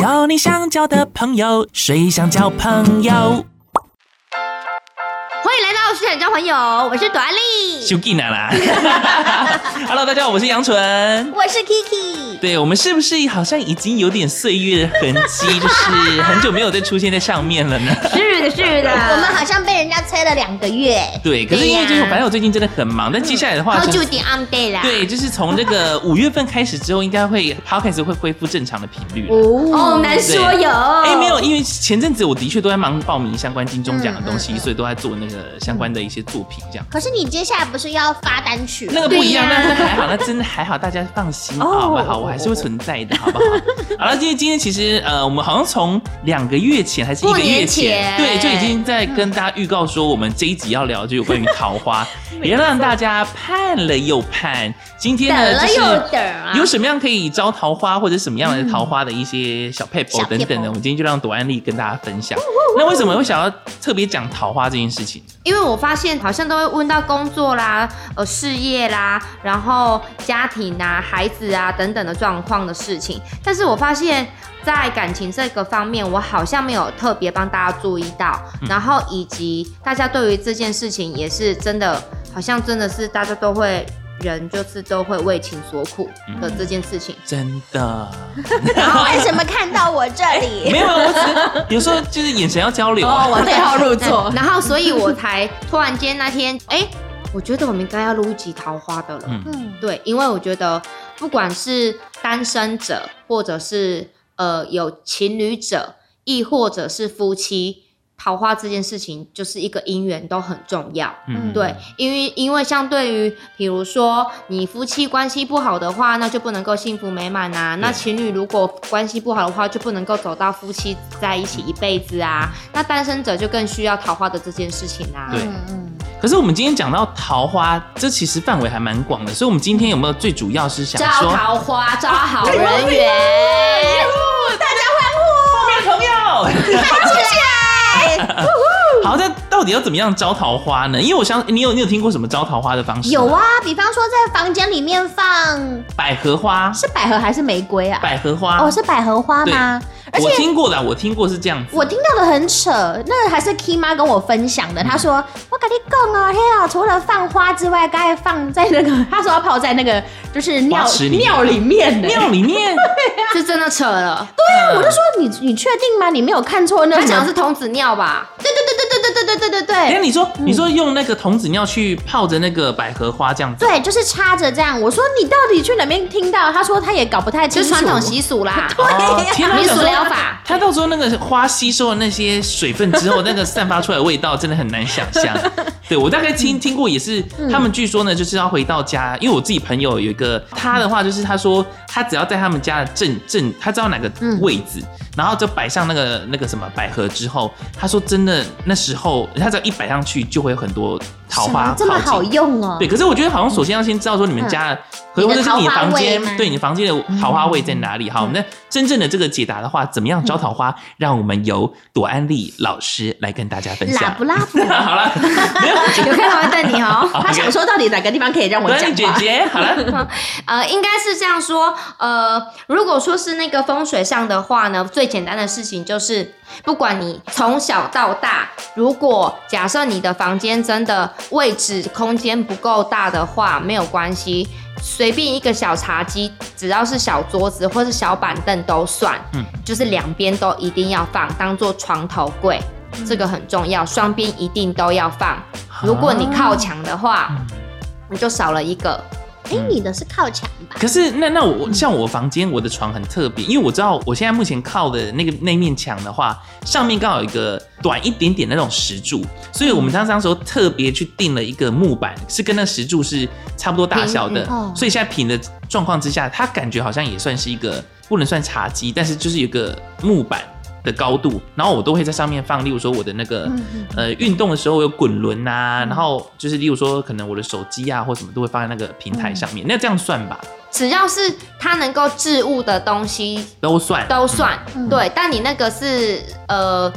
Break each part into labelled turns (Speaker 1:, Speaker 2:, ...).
Speaker 1: 交你想交的朋友，谁想交朋友？
Speaker 2: 欢迎来到市场交朋友，我是短丽，
Speaker 1: 修吉娜啦 ！Hello，大家好，我是杨纯。
Speaker 2: 我是 Kiki。
Speaker 1: 对我们是不是好像已经有点岁月的痕迹，就是很久没有再出现在上面了呢？
Speaker 2: 是的，是的，
Speaker 3: 我们好像被人家催了两个月，
Speaker 1: 对，可是因为就是
Speaker 2: 对呀
Speaker 1: 反正我最近真的很忙，但接下来的话
Speaker 2: 好
Speaker 1: 就
Speaker 2: 久
Speaker 1: 是。
Speaker 2: 点 on day
Speaker 3: 啊
Speaker 2: 啦。
Speaker 1: 对，就是从这个五月份开始之后，应该会 podcast 会恢复正常的频率了。
Speaker 2: 哦
Speaker 3: 哦，
Speaker 2: 难说
Speaker 1: 对
Speaker 2: 有。
Speaker 1: 哎、
Speaker 2: 哎
Speaker 1: 没有，因为前阵子我的确都在忙报名相关金钟奖的东西，
Speaker 3: 嗯嗯嗯
Speaker 1: 所以都在做那个相关的一些作品，这样。
Speaker 3: 可是你接下来不是要发单曲？
Speaker 1: 那个不一样，
Speaker 2: 对呀
Speaker 1: 那那还好，那真的还好，大家放心，啊
Speaker 2: 哦
Speaker 1: 好不好？我还是会存在的，好不好？好了，今天今天其实呃，我们好像从两个月前还是一个月前，
Speaker 2: 过
Speaker 1: 对，
Speaker 2: 年
Speaker 1: 就
Speaker 2: 前
Speaker 1: 已经在跟大家预告说，我们这一集要聊就有关于桃花，也让大家盼了又盼。今天
Speaker 3: 等
Speaker 1: 呢，
Speaker 3: 了
Speaker 1: 就是
Speaker 3: 又等啊，
Speaker 1: 有什么样可以招桃花，或者什么样的桃花的一些小 p e p
Speaker 3: 小
Speaker 1: e 等等的，
Speaker 3: 撇步
Speaker 1: 我们今天就让朵安丽跟大家分享。那为什么会想要特别讲桃花这件事情？
Speaker 2: 因为我发现好像都会问到工作啦、呃事业啦，然后家庭啊、孩子啊等等的状况的事情，但是我发现。在感情这个方面，我好像没有特别帮大家注意到，
Speaker 1: 嗯
Speaker 2: 然后以及大家对于这件事情也是真的，好像真的是大家都会人就是都会为情所苦的这件事情。
Speaker 1: 真的。啊
Speaker 3: 哦为什么看到我这 里？
Speaker 1: 没有，啊我只是有时候就是眼神要交流啊。
Speaker 3: 哦我对号入
Speaker 2: 嗯。然后所以我才突然间那天，哎、我觉得我们应该要录一集桃花的了。
Speaker 1: 嗯，
Speaker 3: 嗯，
Speaker 2: 对，因为我觉得不管是单身者，或者是呃有情侣者，亦或者是夫妻，桃花这件事情就是一个姻缘都很重要。
Speaker 1: 嗯
Speaker 2: 对，因为因为相对于，比如说你夫妻关系不好的话，那就不能够幸福美满啊。那
Speaker 1: 对
Speaker 2: 情侣如果关系不好的话，就不能够走到夫妻在一起一辈子啊。那单身者就更需要桃花的这件事情啊啦、
Speaker 1: 对
Speaker 3: 嗯嗯，
Speaker 1: 可是我们今天讲到桃花，这其实范围还蛮广的，所以我们今天有没有最主要是想
Speaker 2: 招
Speaker 1: 说，
Speaker 2: 桃花，招好人缘。
Speaker 1: 朋友，
Speaker 3: 起来，
Speaker 1: 好，那到底要怎么样招桃花呢？因为我想你有你有听过什么招桃花的方式？
Speaker 3: 有，啊，比方说在房间里面放
Speaker 1: 百合花，
Speaker 3: 是百合还是玫瑰啊？
Speaker 1: 百合花，
Speaker 3: 哦，是百合花吗？而
Speaker 1: 我
Speaker 3: 且
Speaker 1: 听过的，我听过是这样子。
Speaker 3: 我听到的很扯，那还是 K 妈跟我分享的。她说：“我跟你讲哦，嘿哦，除了放花之外，该放在那个……她说要泡在那个就是尿
Speaker 1: 花池里面
Speaker 3: 尿里面的。”
Speaker 1: 庙里面，
Speaker 2: 这真的扯了，
Speaker 1: 对啊
Speaker 3: 我就说你你确定吗？你没有看错那
Speaker 2: 他讲
Speaker 3: 种
Speaker 2: 的是？童子尿吧？
Speaker 3: 对对对对对对对对对
Speaker 1: 哎、
Speaker 3: 对对
Speaker 1: 你说你说
Speaker 3: 嗯
Speaker 1: 用那个童子尿去泡着那个百合花这样子，
Speaker 3: 对，就是插着这样。我说你到底去哪边听到？她说她也搞不太
Speaker 2: 就
Speaker 3: 清
Speaker 2: 是
Speaker 3: 楚。啊
Speaker 2: 传统习俗啦，
Speaker 1: 哦天哪
Speaker 2: 民
Speaker 1: 我
Speaker 2: 俗
Speaker 1: 想说
Speaker 2: 疗法。
Speaker 1: 它到时候那个花吸收了那些水分之后，那个散发出来的味道真的很难想 象。对我大概听听过也是，嗯他们据说呢就是要回到家，因为我自己朋友有一个他的话就是他说他只要在他们家的正正，他知道哪个
Speaker 3: 嗯
Speaker 1: 位置，然后就摆上那个那个什么百合之后，他说真的那时候他只要一摆上去就会有很多桃
Speaker 3: 什
Speaker 1: 花
Speaker 3: 么这么
Speaker 1: 跑
Speaker 3: 好
Speaker 1: 进。
Speaker 3: 用哦
Speaker 1: 对，？可是我觉得好像首先要先知道说你们家，可
Speaker 3: 嗯你的
Speaker 1: 或者是你的
Speaker 3: 桃花
Speaker 1: 房
Speaker 3: 位嗯
Speaker 1: 间
Speaker 3: 吗，
Speaker 1: 对你房间的桃花位在哪里？好，那真正的这个解答的话，怎么样招桃花？让我们由朵安丽老师来跟大家分
Speaker 3: 拉
Speaker 1: 享
Speaker 3: 布。拉布，
Speaker 1: 好了，
Speaker 2: 有看到我在瞪你哦。
Speaker 1: 好
Speaker 3: 她想说到底哪个地方可以让我
Speaker 1: 朵安
Speaker 3: 讲
Speaker 1: 丽姐
Speaker 3: 话？
Speaker 1: 姐，好 了，
Speaker 2: 呃，应该是这样说。呃，如果说是那个风水上的话呢，最简单的事情就是，不管你从小到大，如果假设你的房间真的位置空间不够大的话，没有关系。随便一个小茶几，只要是小桌子或是小板凳都算，
Speaker 1: 嗯
Speaker 2: 就是两边都一定要放，当做床头柜，这个很重要，双边一定都要放。如果你靠墙的话，
Speaker 1: 嗯
Speaker 2: 你就少了一个，
Speaker 3: 哎，你的是靠墙吧？
Speaker 1: 可是那那我像我房间我的床很特别，因为我知道我现在目前靠的那个那面墙的话，上面刚好有一个短一点点的那种石柱，所以我们当时那时候特别去定了一个木板，是跟那石柱是差不多大小的
Speaker 3: 嗯
Speaker 2: 平，
Speaker 3: 哦
Speaker 1: 所以现在平的状况之下，它感觉好像也算是一个不能算茶几，但是就是有一个木板。的高度，然后我都会在上面放，例如说我的那个、
Speaker 3: 嗯
Speaker 1: 呃运动的时候有滚轮啊，然后就是例如说可能我的手机啊或什么都会放在那个平
Speaker 3: 嗯
Speaker 1: 台上面，那这样算吧？
Speaker 2: 只要是它能够置物的东西
Speaker 1: 都算
Speaker 2: 都算，
Speaker 3: 嗯
Speaker 2: 对。但你那个是呃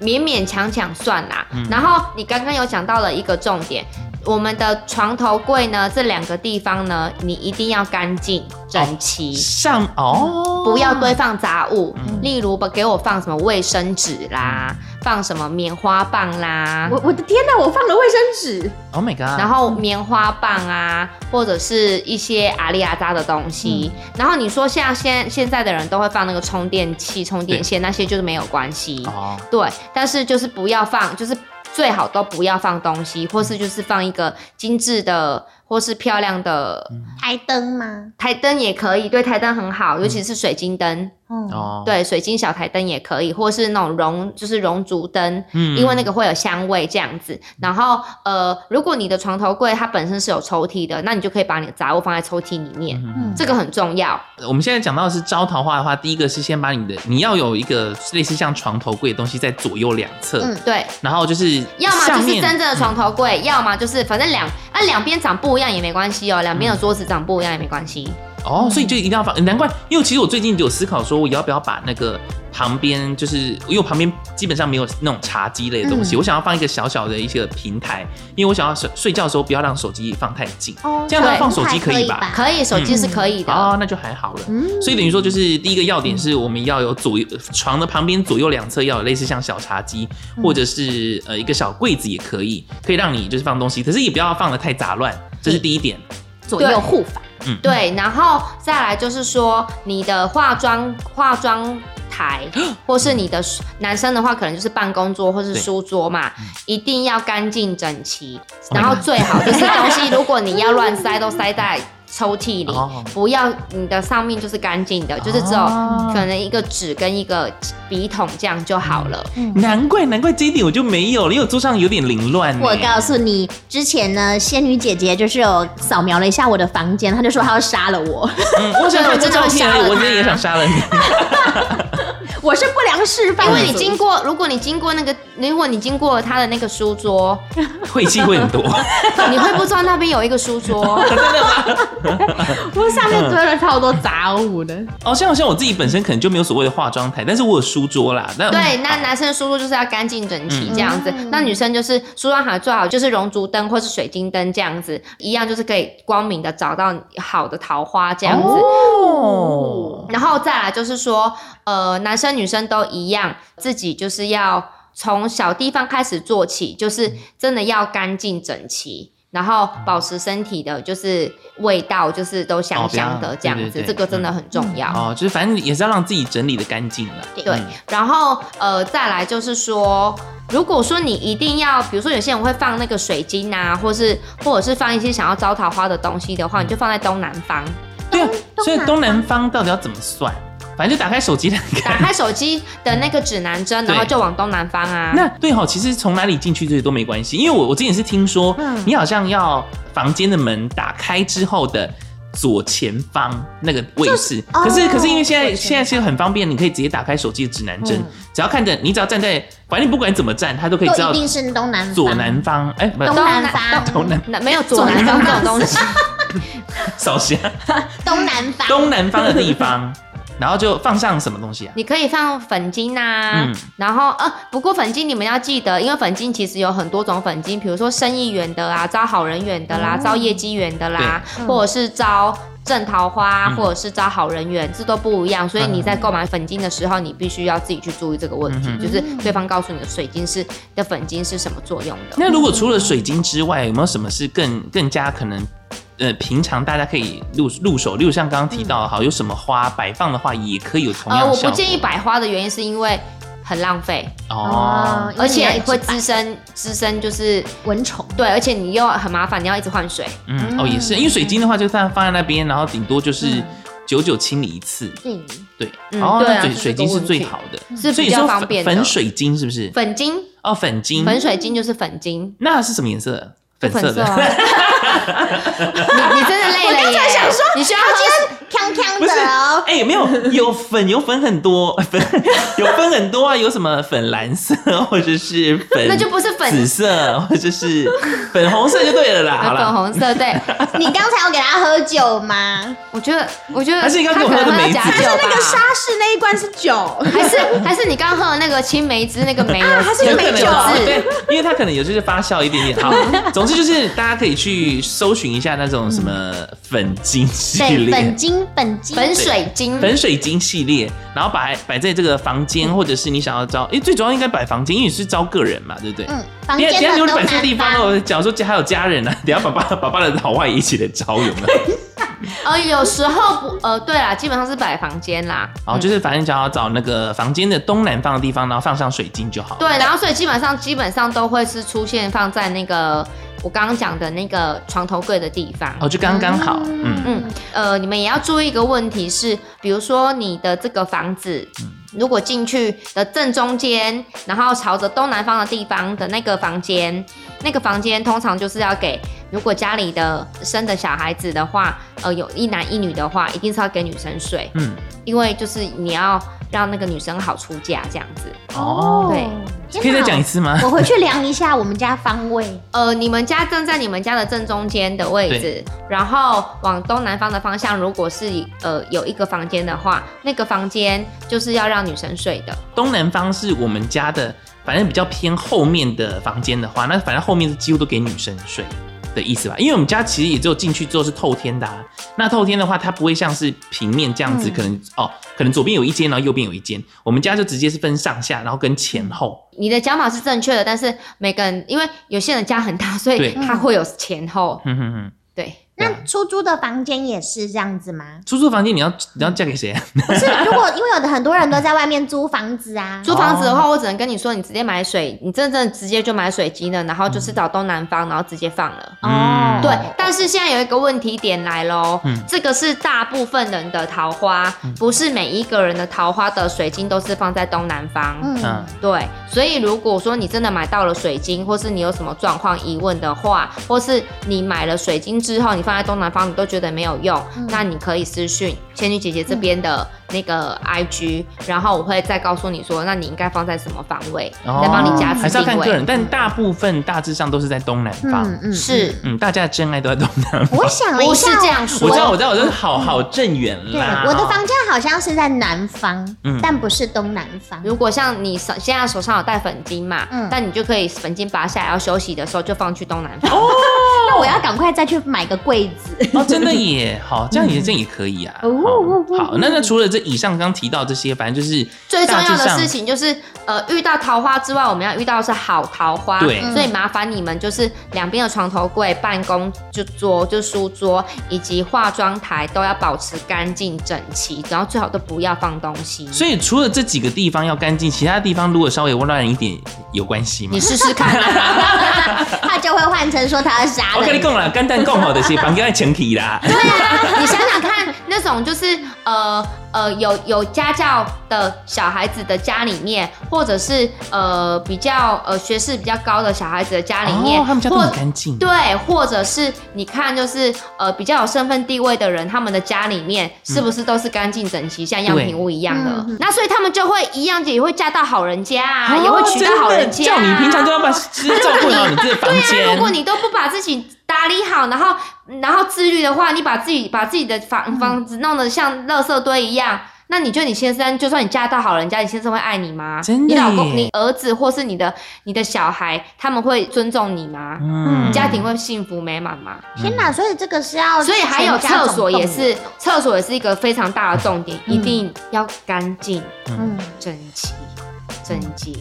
Speaker 2: 勉勉强强算啦。然后你刚刚有讲到了一个重点，我们的床头柜呢这两个地方呢，你一定要干净整齐。
Speaker 1: 上哦，
Speaker 2: 不要堆放杂物，
Speaker 1: 嗯
Speaker 2: 例如把给我放什么卫生纸啦，放什么棉花棒啦，
Speaker 3: 我我的天哪，我放了卫生纸，
Speaker 1: ，Oh my god，
Speaker 2: 然后棉花棒啊，或者是一些阿里阿扎的东西。然后你说像现现在的人都会放那个充电器、充电线，那些就是没有关系。
Speaker 1: 哦，
Speaker 2: 对，但是就是不要放，就是最好都不要放东西，或是就是放一个精致的或是漂亮的
Speaker 3: 台灯吗？
Speaker 2: 台灯也可以，对台灯很好，尤其是水晶灯，
Speaker 3: 哦，
Speaker 1: 哦，
Speaker 2: 对水晶小台灯也可以，或是那种熔就是熔烛灯，
Speaker 1: 嗯
Speaker 2: 因为那个会有香味这样子。然后呃，如果你的床头柜它本身是有抽屉的，那你就可以把你的杂物放在抽屉里面，
Speaker 1: 嗯
Speaker 2: 这个很重要。
Speaker 1: 我们现在讲到的是招桃花的话，第一个是先把你的你要有一个类似像床头柜的东西在左右两侧，
Speaker 3: 嗯
Speaker 2: 对，
Speaker 1: 然后就是
Speaker 2: 要么
Speaker 1: 上
Speaker 2: 就是
Speaker 1: 面嗯
Speaker 2: 真正的床头柜，要么就是反正两啊两边长不一样也没关系哦，两
Speaker 1: 嗯
Speaker 2: 边的桌子长不一样也没关系。
Speaker 1: 哦，所以就一定要放，难怪，因为其实我最近有思考说，我要不要把那个旁边，就是因为我旁边基本上没有那种茶几类的东
Speaker 2: 嗯
Speaker 1: 西，我想要放一个小小的一些平台，因为我想要睡睡觉的时候不要让手机放太近。
Speaker 3: 哦
Speaker 1: 这样
Speaker 2: 放
Speaker 1: 手机可以吧
Speaker 2: 可以，手机是可以的。
Speaker 1: 哦，那就还好了。
Speaker 3: 嗯
Speaker 1: 所以等于说，就是第一个要点是我们要有左右床的旁边左右两侧要有类似像小茶几，
Speaker 2: 嗯
Speaker 1: 或者是呃一个小柜子也可以，可以让你就是放东西，可是也不要放的太杂乱，这是第一点。
Speaker 3: 左右护法，
Speaker 1: 嗯，，
Speaker 2: 对，然后再来就是说你的化妆化妆台，
Speaker 1: 嗯
Speaker 2: 或是你的书男生的话，可能就是办公桌或是
Speaker 1: 对
Speaker 2: 书桌嘛，一定要干净整
Speaker 1: Oh
Speaker 2: 齐。然后最好就是东西，如果你要乱塞，都塞在抽屉里
Speaker 1: 哦，
Speaker 2: 不要你的上面就是干净的，就是只有
Speaker 1: 哦
Speaker 2: 可能一个纸跟一个笔筒这样就好了。
Speaker 1: 难怪难怪这一点我就没有了，因为我桌上有点凌乱呢。欸
Speaker 3: 我告诉你，之前呢，仙女姐姐就是有扫描了一下我的房间，她就说她要杀了我，
Speaker 1: 嗯，我想到这照片而已，我真的也想杀了你。
Speaker 3: 我是不良示范
Speaker 2: 因
Speaker 1: 嗯
Speaker 3: 组，
Speaker 2: 为你经过，如果你经过那个，如果你经过他的那个书桌，
Speaker 1: 晦气会很多，
Speaker 2: 你会不知道那边有一个书桌。
Speaker 3: 我上面堆了超多杂物的，
Speaker 1: 哦，像像我自己本身可能就没有所谓的化妆台，但是我有书桌啦。那嗯哦
Speaker 2: 对，那男生的书桌就是要干净整齐这样子，那女生就是梳妆台最好就是熔烛灯或是水晶灯这样子，一样就是可以光明的找到好的桃花这样子。
Speaker 1: 哦，
Speaker 2: 然后再来就是说，呃，男生女生都一样，自己就是要从小地方开始做起，就是真的要干净整齐。然后保持身体的，就是味道，就是都香
Speaker 1: 哦不要
Speaker 2: 香的这样
Speaker 1: 对
Speaker 2: 子
Speaker 1: 对，对
Speaker 2: 这个真的很重要。
Speaker 1: 哦，就是反正也是要让自己整理的干净啦。嗯
Speaker 2: 对，然后呃，再来就是说，如果说你一定要，比如说有些人会放那个水晶啊，或是或者是放一些想要招桃花的东西的话，你就放在东南方。
Speaker 1: 对啊，
Speaker 3: 东
Speaker 1: 所以东南方到底要怎么算？反正就打开手机来
Speaker 2: 打
Speaker 1: 看。
Speaker 2: 开手机的那个指南针，然后
Speaker 1: 对
Speaker 2: 就往东南方啊。
Speaker 1: 那对哈，其实从哪里进去这些都没关系，因为我我之前是听说，
Speaker 3: 嗯
Speaker 1: 你好像要房间的门打开之后的左前方那个位置，
Speaker 3: 哦
Speaker 1: 可是可是因为现在
Speaker 3: 左前方
Speaker 1: 现在是很方便，你可以直接打开手机的指南针，
Speaker 3: 嗯
Speaker 1: 只要看着你只要站在，反正你不管怎么站，它都可以知
Speaker 3: 都
Speaker 1: 道
Speaker 3: 一定是东南方
Speaker 1: 左南方，哎、不是
Speaker 3: 东南
Speaker 2: 东
Speaker 3: 方
Speaker 1: 东南
Speaker 2: 那没有左南方这种东 西，
Speaker 1: 扫下
Speaker 3: 东南方
Speaker 1: 东南方的地 方，然后就放上什么东西啊？
Speaker 2: 你可以放粉晶呐、啊，
Speaker 1: 嗯
Speaker 2: 然后呃，不过粉晶你们要记得，因为粉晶其实有很多种粉晶，比如说生意缘的啊，招好人缘的
Speaker 1: 哦
Speaker 2: 啦，招业绩缘的啦，
Speaker 3: 嗯
Speaker 2: 或者是招正桃花，
Speaker 1: 嗯
Speaker 2: 或者是招好人缘，这都不一样。所以你在购买粉晶的时候，你必须要自己去注意这个问题，
Speaker 1: 嗯哼
Speaker 2: 就是对方告诉你的水晶是的粉晶是什么作用的。
Speaker 1: 那如果除了水晶之外，有没有什么是更更加可能？呃，平常大家可以入入手，例如像刚刚提到的，好，有什么花摆放的话，也可以有同
Speaker 2: 呃，
Speaker 1: 样的
Speaker 2: 我
Speaker 1: 效果。
Speaker 2: 不建议摆花的原因是因为很浪费，
Speaker 1: 哦，
Speaker 3: 因为
Speaker 2: 而
Speaker 3: 你要
Speaker 2: 且
Speaker 3: 一直
Speaker 2: 会
Speaker 3: 摆
Speaker 2: 滋生滋生就是
Speaker 3: 蚊虫，
Speaker 2: 对，而且你又很麻烦，你要一直换水。
Speaker 1: 嗯，哦，也是，因为水晶的话，就放放在那边，然后顶多就是
Speaker 3: 嗯
Speaker 1: 久久清理一次，
Speaker 3: 嗯，
Speaker 1: 对，
Speaker 2: 嗯
Speaker 1: 哦，
Speaker 2: 对啊
Speaker 1: 那水
Speaker 2: 这是
Speaker 1: 水
Speaker 2: 个
Speaker 1: 晶是
Speaker 2: 问
Speaker 1: 最
Speaker 2: 题
Speaker 1: 好的，
Speaker 2: 是
Speaker 1: 所以
Speaker 2: 比较
Speaker 1: 说
Speaker 2: 方
Speaker 1: 粉
Speaker 2: 便的
Speaker 1: 粉水晶是不是？
Speaker 2: 粉晶，
Speaker 1: 哦，粉晶，
Speaker 2: 粉水晶就是粉晶，
Speaker 1: 那是什么颜色？粉色
Speaker 2: 粉色
Speaker 1: 的，
Speaker 2: 啊你你真的累了耶！
Speaker 3: 我刚才想说
Speaker 2: 你需要
Speaker 3: 他
Speaker 2: 喝
Speaker 3: 今天锵锵
Speaker 1: 不是，
Speaker 3: 的哦，
Speaker 1: 哎、没有有粉有粉很多粉有粉很多啊，有什么粉蓝色或者是粉，
Speaker 2: 那就不是粉
Speaker 1: 紫色或者是粉红色就对了 啦。好
Speaker 2: 粉
Speaker 1: 了，
Speaker 2: 红色，对，
Speaker 3: 你刚才有给他喝酒吗？
Speaker 2: 我觉得我觉得
Speaker 1: 还是你刚
Speaker 2: 他
Speaker 1: 刚
Speaker 2: 可
Speaker 1: 给我
Speaker 2: 能
Speaker 1: 喝的梅
Speaker 2: 喝
Speaker 1: 子
Speaker 2: 假酒吧，
Speaker 3: 士那一罐是酒，
Speaker 2: 还是还是你刚喝的那个青梅汁那 个梅
Speaker 3: 啊还是
Speaker 1: 有可
Speaker 3: 梅
Speaker 1: 能
Speaker 3: 酒
Speaker 1: 有
Speaker 3: 字
Speaker 1: 对，因为它可能有就是发酵一点点。好，总之就是大家可以去搜寻一下那种什么粉精系
Speaker 3: 对，
Speaker 1: 列
Speaker 3: 本。金本金
Speaker 2: 粉水晶，
Speaker 1: 粉水晶系列，然后摆摆在这个房间，或者是你想要招，诶，最主要应该摆房间，因为你是招个人嘛，对不对？
Speaker 3: 嗯，房
Speaker 1: 等一下，等一
Speaker 3: 间
Speaker 1: 下，
Speaker 3: 的
Speaker 1: 如果
Speaker 3: 都
Speaker 1: 你摆错地
Speaker 3: 南
Speaker 1: 方哦
Speaker 3: 方，
Speaker 1: 了，假如说家还有家人呢、啊， 等一下爸爸爸爸的老外一起来招有没 有？
Speaker 2: 呃，有时候不，呃，对啦，基本上是摆房间啦，嗯
Speaker 1: 好，就是反正只要找那个房间的东南方的地方，然后放上水晶就好。
Speaker 2: 对，然后所以基本上基本上都会是出现放在那个我刚刚讲的那个床头柜的地方。
Speaker 1: 哦，就刚刚好，嗯，
Speaker 2: 嗯，呃，你们也要注意一个问题是，比如说你的这个房子，如果进去的正中间，然后朝着东南方的地方的那个房间，那个房间通常就是要给，如果家里的生的小孩子的话，呃，有一男一女的话，一定是要给女生睡，
Speaker 1: 嗯，
Speaker 2: 因为就是你要让那个女生好出嫁这样子。
Speaker 1: 哦，
Speaker 2: 对
Speaker 3: 对哦
Speaker 1: 可以再讲一次吗？
Speaker 3: 我回去量一下我们家 方位，
Speaker 2: 呃，你们家正在你们家的正中间的位置
Speaker 1: 对，
Speaker 2: 然后往东南方的方向，如果是呃有一个房间的话，那个房间就是要让女生睡的。
Speaker 1: 东南方是我们家的，反正比较偏后面的房间的话，那反正后面是几乎都给女生睡的意思吧。因为我们家其实也只有进去之后是透天的、啊，那透天的话，它不会像是平面这
Speaker 3: 嗯
Speaker 1: 样子，可能哦，可能左边有一间，然后右边有一间。我们家就直接是分上下，然后跟前后。
Speaker 2: 你的讲法是正确的，但是每个人因为有些人家很大，所以
Speaker 1: 对
Speaker 2: 他会有前后。
Speaker 1: 哼哼哼，
Speaker 2: 对，
Speaker 1: 对啊？
Speaker 3: 那出租的房间也是这样子吗
Speaker 1: 出租房间你要你要嫁给谁啊？
Speaker 3: 不是，如果因为有的很多人都在外面租房子啊，
Speaker 2: 租房子的话，我只能跟你说，你直接买水，你真正直接就买水机了，然后就是找东南方，然后直接放了。
Speaker 1: 嗯
Speaker 2: 哦对，但是现在有一个问题点来喽，
Speaker 1: 嗯
Speaker 2: 这个是大部分人的桃花，不是每一个人的桃花的水晶都是放在东南方。
Speaker 1: 嗯
Speaker 3: 嗯，
Speaker 2: 对，所以如果说你真的买到了水晶，或是你有什么状况疑问的话，或是你买了水晶之后，你放在东南方，你都觉得没有用，
Speaker 3: 嗯
Speaker 2: 那你可以私讯仙女姐姐这边
Speaker 1: 嗯
Speaker 2: 的那个 IG，、然后我会再告诉你说，那你应该放在什么方位，
Speaker 1: 哦
Speaker 2: 再帮你加
Speaker 1: 还
Speaker 2: 持
Speaker 1: 是要看
Speaker 2: 定
Speaker 1: 个人，
Speaker 2: 位。
Speaker 1: 但大部分大致上都是在东南方。嗯
Speaker 3: 嗯，
Speaker 2: 是，
Speaker 1: 大家的真爱都在东南方。
Speaker 3: 我想了一
Speaker 2: 不哦是
Speaker 3: 下，
Speaker 2: 这样说？
Speaker 1: 哦 我知道，我知道，我知道，好好正缘
Speaker 3: 对，
Speaker 1: 啦。哦
Speaker 3: 我的房间好像是在南方
Speaker 1: 嗯，哦
Speaker 3: 但不是东南方。
Speaker 2: 如果像你手现在手上有带粉晶嘛，
Speaker 3: 嗯
Speaker 2: 但你就可以粉晶拔下来，要休息的时候就放去东南方。
Speaker 3: 那我要赶快再去买个柜 子。
Speaker 1: 哦，真的耶，
Speaker 2: 嗯
Speaker 1: 好，这样也这样也可以啊。
Speaker 3: 哦
Speaker 1: 好好，那那除了这以上刚提到这些，反正就是
Speaker 2: 最重要
Speaker 1: 大致
Speaker 2: 的
Speaker 1: 上
Speaker 2: 事情就是，呃，遇到桃花之外，我们要遇到的是好桃花。
Speaker 1: 对
Speaker 2: 所以麻烦你们就是两边的床头柜、办公就桌、就书桌以及化妆台都要保持干净整齐，然后最好都不要放东西。
Speaker 1: 所以除了这几个地方要干净，其他地方如果稍微乱一点有关系吗
Speaker 2: 你？试试看啊。
Speaker 3: 他就会换成说他要杀
Speaker 1: 我哦跟你
Speaker 3: 人。
Speaker 1: 讲啦，肝蛋共好的 是房间的前提啦。
Speaker 2: 你想想看，那种就是呃呃有有家教的小孩子的家里面，或者是呃比较呃学识比较高的小孩子的家里面，
Speaker 1: 哦，他们家都
Speaker 2: 或
Speaker 1: 很干净。
Speaker 2: 对，或者是你看就是呃比较有身份地位的人，他们的家里面
Speaker 1: 嗯
Speaker 2: 是不是都是干净整齐，像样品屋一样的？
Speaker 3: 嗯
Speaker 2: 那所以他们就会一样也会嫁到好人家啊，
Speaker 1: 哦
Speaker 2: 也会娶到好人家、啊。
Speaker 1: 真的叫你平常都要把就是照顾好你自己的房
Speaker 2: 对啊，如果
Speaker 1: 间。
Speaker 2: 你都不把自己打理好，然后然后自律的话，你把自己把自己的房房子弄得像垃圾堆一样。那你觉得你先生，就算你嫁到好人家，你先生会爱你吗？
Speaker 1: 真的
Speaker 2: 你老
Speaker 1: 耶
Speaker 2: 公、你儿子或是你的你的小孩，他们会尊重你吗？
Speaker 1: 嗯
Speaker 2: 你家庭会幸福美满吗？
Speaker 3: 天哪！所以这个是要，
Speaker 2: 所以还有厕所也，是，厕所也是一个非常大的重点，
Speaker 1: 嗯
Speaker 2: 一定要干净、
Speaker 3: 嗯，
Speaker 2: 整齐、整洁，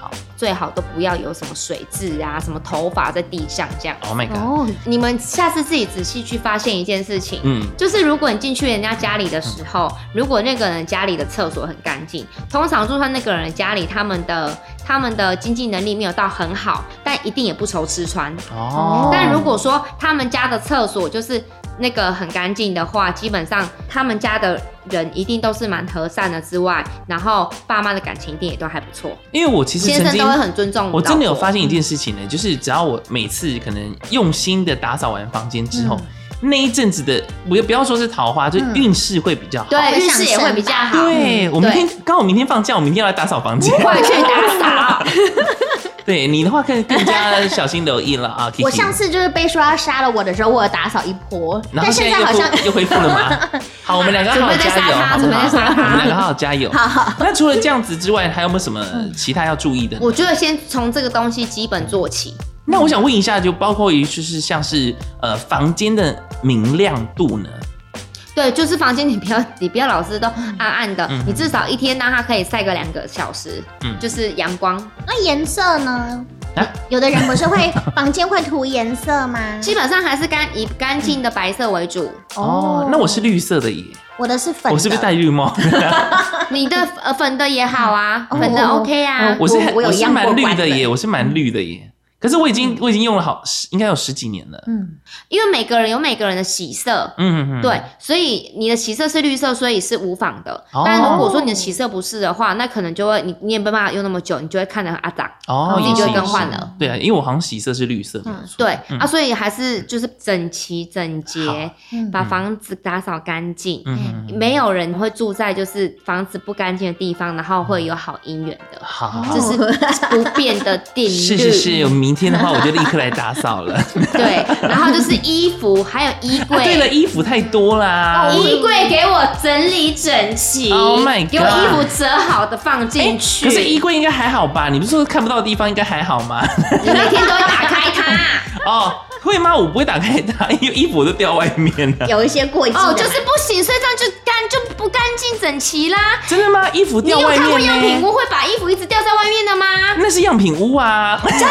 Speaker 1: 好
Speaker 2: 最好都不要有什么水渍啊、什么头发在地上这样。
Speaker 1: ，Oh my god，
Speaker 3: 哦，
Speaker 2: 你们下次自己仔细去发现一件事情。
Speaker 1: 嗯，
Speaker 2: 就是如果你进去人家家里的时候，如果那个人家里的厕所很干净，通常就算那个人家里他们的他们的经济能力没有到很好，但一定也不愁吃穿。
Speaker 1: 哦，
Speaker 2: 但如果说他们家的厕所就是那个很干净的话，基本上他们家的人一定都是蛮和善的之外，然后爸妈的感情一定也都还不错，
Speaker 1: 因为我其实
Speaker 2: 先
Speaker 1: 曾
Speaker 2: 生
Speaker 1: 经
Speaker 2: 都会很尊重。
Speaker 1: 我真的有发现一件事情呢，就是只要我每次可能用心的打扫完房间之
Speaker 2: 嗯
Speaker 1: 后，那一阵子的，我也不要说是桃花，就运势会比较好。
Speaker 2: 对啊嗯
Speaker 3: 会
Speaker 2: 运
Speaker 3: 上
Speaker 2: 势也会
Speaker 3: 升
Speaker 2: 比较好，
Speaker 1: 哦 对，我明天刚好明天放假，我明天要来打扫房间。
Speaker 2: 快去打扫。
Speaker 1: 对你的话，可以更加小心留意了啊。Kiki
Speaker 3: 我上次就是被说要杀了我的时候，我有打扫一波，
Speaker 1: 然后
Speaker 3: 但现在
Speaker 1: 又
Speaker 3: 好
Speaker 1: 复
Speaker 3: 像
Speaker 1: 又恢复了 吗？好，我们两个好好
Speaker 2: 准备再
Speaker 1: 加
Speaker 2: 杀
Speaker 1: 油，
Speaker 2: 他
Speaker 1: 好不
Speaker 2: 准备再杀
Speaker 1: 好？
Speaker 2: 他
Speaker 1: 我们两个好好加 油。
Speaker 3: 好
Speaker 1: 那除了这样子之外，还有没有什么其他要注意的呢？
Speaker 2: 我觉得先从这个东西基本做起，
Speaker 1: 那我想问一下，就包括于就是像是呃房间的明亮度呢？
Speaker 2: 对，就是房间你不要你不要老是都暗暗的，
Speaker 1: 嗯
Speaker 2: 你至少一天让它可以晒个两个小时，
Speaker 1: 嗯
Speaker 2: 就是阳光。
Speaker 4: 那颜色呢？
Speaker 1: 啊
Speaker 4: 有的人不是会房间会涂颜色吗？
Speaker 2: 基本上还是干
Speaker 1: 嗯
Speaker 2: 以干净的白色为主。
Speaker 1: 哦，那我是绿色的耶，
Speaker 4: 我的是粉的，
Speaker 1: 我是不是戴绿 帽？嗯
Speaker 2: 你的呃粉的也好啊，粉的
Speaker 3: 哦
Speaker 2: OK 啊。
Speaker 1: 我是很
Speaker 3: 我有
Speaker 1: 是
Speaker 3: 养过
Speaker 1: 蛮绿的
Speaker 3: 版
Speaker 1: 耶，
Speaker 3: 本
Speaker 1: 我是蛮绿的耶。可是我已经
Speaker 2: 嗯
Speaker 1: 我已经用了好十应该有十几年了。
Speaker 3: 嗯，
Speaker 2: 因为每个人有每个人的喜色。
Speaker 1: 嗯嗯嗯，
Speaker 2: 对，所以你的喜色是绿色，所以是无妨的。
Speaker 1: 哦
Speaker 2: 但如果说你的喜色不是的话，那可能就会你你也没办法用那么久，你就会看得很阿杂。
Speaker 1: 哦，
Speaker 2: 自己
Speaker 1: 也
Speaker 2: 就是会
Speaker 1: 也
Speaker 2: 更换
Speaker 1: 是
Speaker 2: 了。
Speaker 1: 对啊，因为我好像洗色是绿色，没有错
Speaker 2: 对、
Speaker 1: 嗯
Speaker 2: 啊，所以还是就是整齐整洁
Speaker 1: 好，
Speaker 3: 嗯
Speaker 2: 把房子打扫干净。
Speaker 1: 嗯嗯嗯
Speaker 2: 没有人会住在就是房子不干净的地方，然后会有好姻缘的，
Speaker 1: 好好。好
Speaker 2: 嗯这是 不变的定律。
Speaker 1: 嗯哦 是是是，有明天的话我就立刻来打扫 了。
Speaker 2: 对，然后就是衣服，还有衣柜。
Speaker 1: 啊对了，衣服太多啦。
Speaker 2: 衣柜给我整理整齐
Speaker 1: Oh my god
Speaker 2: 给我衣服折好的放
Speaker 1: 哎
Speaker 2: 进去。
Speaker 1: 可是衣柜应该还好吧？你不是说看不到的地方应该还好吗？
Speaker 2: 你每天都会打开它。
Speaker 1: 哦，会吗？我不会打 开它，因为衣服我都掉外面了。
Speaker 3: 有一些过激的
Speaker 2: 哦，就是不行，所以这样就干就不干净整齐啦。
Speaker 1: 真的吗？衣服
Speaker 2: 你
Speaker 1: 掉
Speaker 2: 有
Speaker 1: 外
Speaker 2: 看过样
Speaker 1: 面
Speaker 2: 品
Speaker 1: 呢？
Speaker 2: 屋会把衣服一直掉在外面的吗？
Speaker 1: 那是样品屋啊，
Speaker 2: 样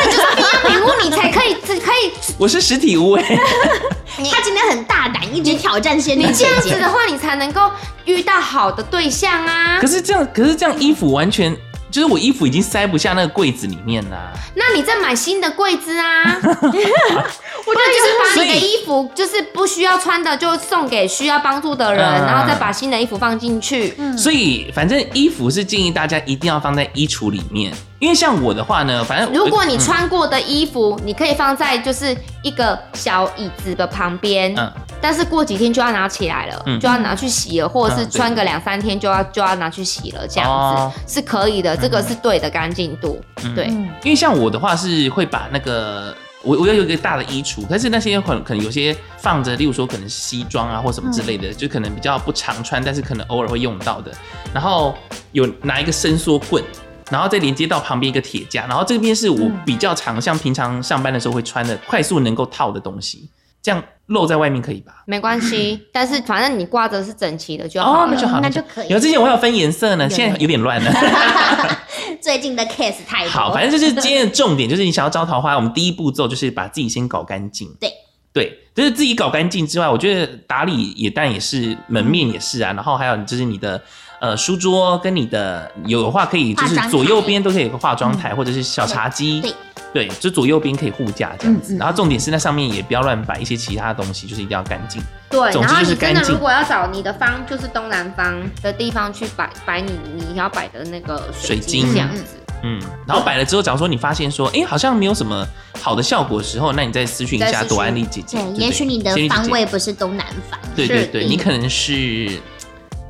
Speaker 2: 品屋你才可以，只可以。
Speaker 1: 我是实体屋哎、
Speaker 3: 他今天很大胆，一直挑战仙女
Speaker 2: 你这
Speaker 3: 姐
Speaker 2: 样子
Speaker 3: 姐。
Speaker 2: 的话，你才能够遇到好的对象啊
Speaker 1: 可。是这样，可是这样衣服完全就是我衣服已经塞不下那个柜子里面啦、
Speaker 2: 那你再买新的柜子 啊。我就是把你的衣服，就是不需要穿的就送给需要帮助的人，
Speaker 1: 嗯
Speaker 2: 然后再把新的衣服放进去。
Speaker 1: 所以反正衣服是建议大家一定要放在衣橱里面，因为像我的话呢，反正我
Speaker 2: 如果你
Speaker 1: 嗯
Speaker 2: 穿过的衣服，你可以放在就是一个小椅子的旁边，
Speaker 1: 嗯
Speaker 2: 但是过几天就要拿起来了，
Speaker 1: 嗯
Speaker 2: 就要拿去洗了，或者
Speaker 1: 嗯
Speaker 2: 是
Speaker 1: 对
Speaker 2: 穿个两三天就要就要拿去洗了，这样子、
Speaker 1: 哦
Speaker 2: 是可以的，这个是对的干净度，
Speaker 1: 嗯
Speaker 2: 对。
Speaker 1: 因为像我的话是会把那个我我有一个大的衣橱，但是那些可能可能有些放着，例如说可能是西装啊或什么之类的，就可能比较不常穿，但是可能偶尔会用到的。然后有拿一个伸缩棍。然后再连接到旁边一个铁架，然后这边是我比较常像平常上班的时候会穿的，快速能够套的东西，这样露在外面可以吧？
Speaker 2: 没关系，但是反正你挂着是整齐的就好
Speaker 1: 哦，
Speaker 2: 了。
Speaker 1: 那就好，
Speaker 4: 那就可以
Speaker 1: 有之前我还有分颜色呢，现在有点乱了。
Speaker 3: 最近的 case 太多，
Speaker 1: 好，反正 就是今天的重点，就是你想要招桃花，我们第一步骤就是把自己先搞干净。
Speaker 4: 对。
Speaker 1: 对，就是自己搞干净之外，我觉得打理也当然也是门面也是啊，然后还有就是你的呃书桌跟你的有的话可以就是
Speaker 4: 化妆台
Speaker 1: 左右边都可以有个化妆台或者是小茶几，
Speaker 4: 对
Speaker 1: 对，就左右边可以护架这样子。
Speaker 3: 嗯嗯
Speaker 1: 然后重点是那上面也不要乱摆一些其他的东西，就是一定要干净。
Speaker 2: 对，
Speaker 1: 总
Speaker 2: 然
Speaker 1: 之
Speaker 2: 后
Speaker 1: 就是
Speaker 2: 你真的
Speaker 1: 干净
Speaker 2: 如果要找你的方，就是东南方的地方去摆摆你你要摆的那个水
Speaker 1: 水晶
Speaker 2: 晶这样子。
Speaker 1: 嗯，然后摆了之后，假如说你发现说，哎，好像没有什么好的效果的时候，那你再私讯一
Speaker 2: 再
Speaker 1: 下
Speaker 2: 私讯
Speaker 1: 朵安丽姐姐，
Speaker 4: 对，
Speaker 1: 不
Speaker 4: 也许你的
Speaker 1: 仙女姐
Speaker 4: 方
Speaker 1: 姐
Speaker 4: 位不是东南方，
Speaker 1: 对对对，
Speaker 2: 是
Speaker 1: 你可能是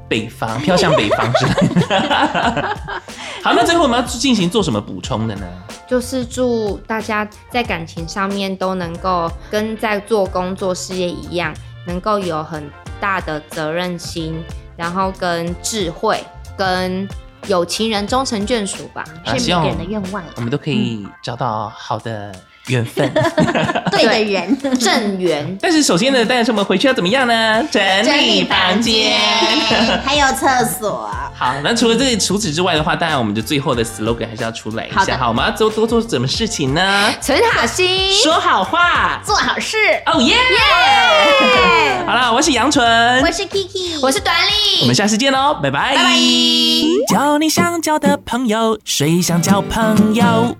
Speaker 1: 北方，飘向北方之类的。 好，那最后我们要进行做什么补充的呢？
Speaker 2: 就是祝大家在感情上面都能够跟在做工作事业一样，能够有很大的责任心，然后跟智慧，跟有情人终成眷属吧。
Speaker 1: 啊，
Speaker 4: 是
Speaker 1: 希
Speaker 4: 每
Speaker 1: 望
Speaker 4: 个人的愿望啊。
Speaker 1: 我们都可以找到好的缘分。
Speaker 3: 对的人，
Speaker 2: 正缘，
Speaker 1: 但是首先呢，但是我们回去要怎么样呢？整理房间。
Speaker 4: 还有厕所，
Speaker 1: 好，那除了这个，除此之外的话，当然我们的最后的 slogan 还是要出来一
Speaker 2: 好
Speaker 1: 下。
Speaker 2: 的
Speaker 1: 好，我们要做多做什么事情呢？
Speaker 2: 存好心，
Speaker 1: 说好话，
Speaker 4: 做好 事。
Speaker 1: 哦耶！好啦，我是杨纯
Speaker 4: 我，是 Kiki，
Speaker 2: 我是短丽，
Speaker 1: 我们下次见哦喽，拜拜。
Speaker 2: 拜拜。
Speaker 1: 交你想交的朋友，谁想交朋友？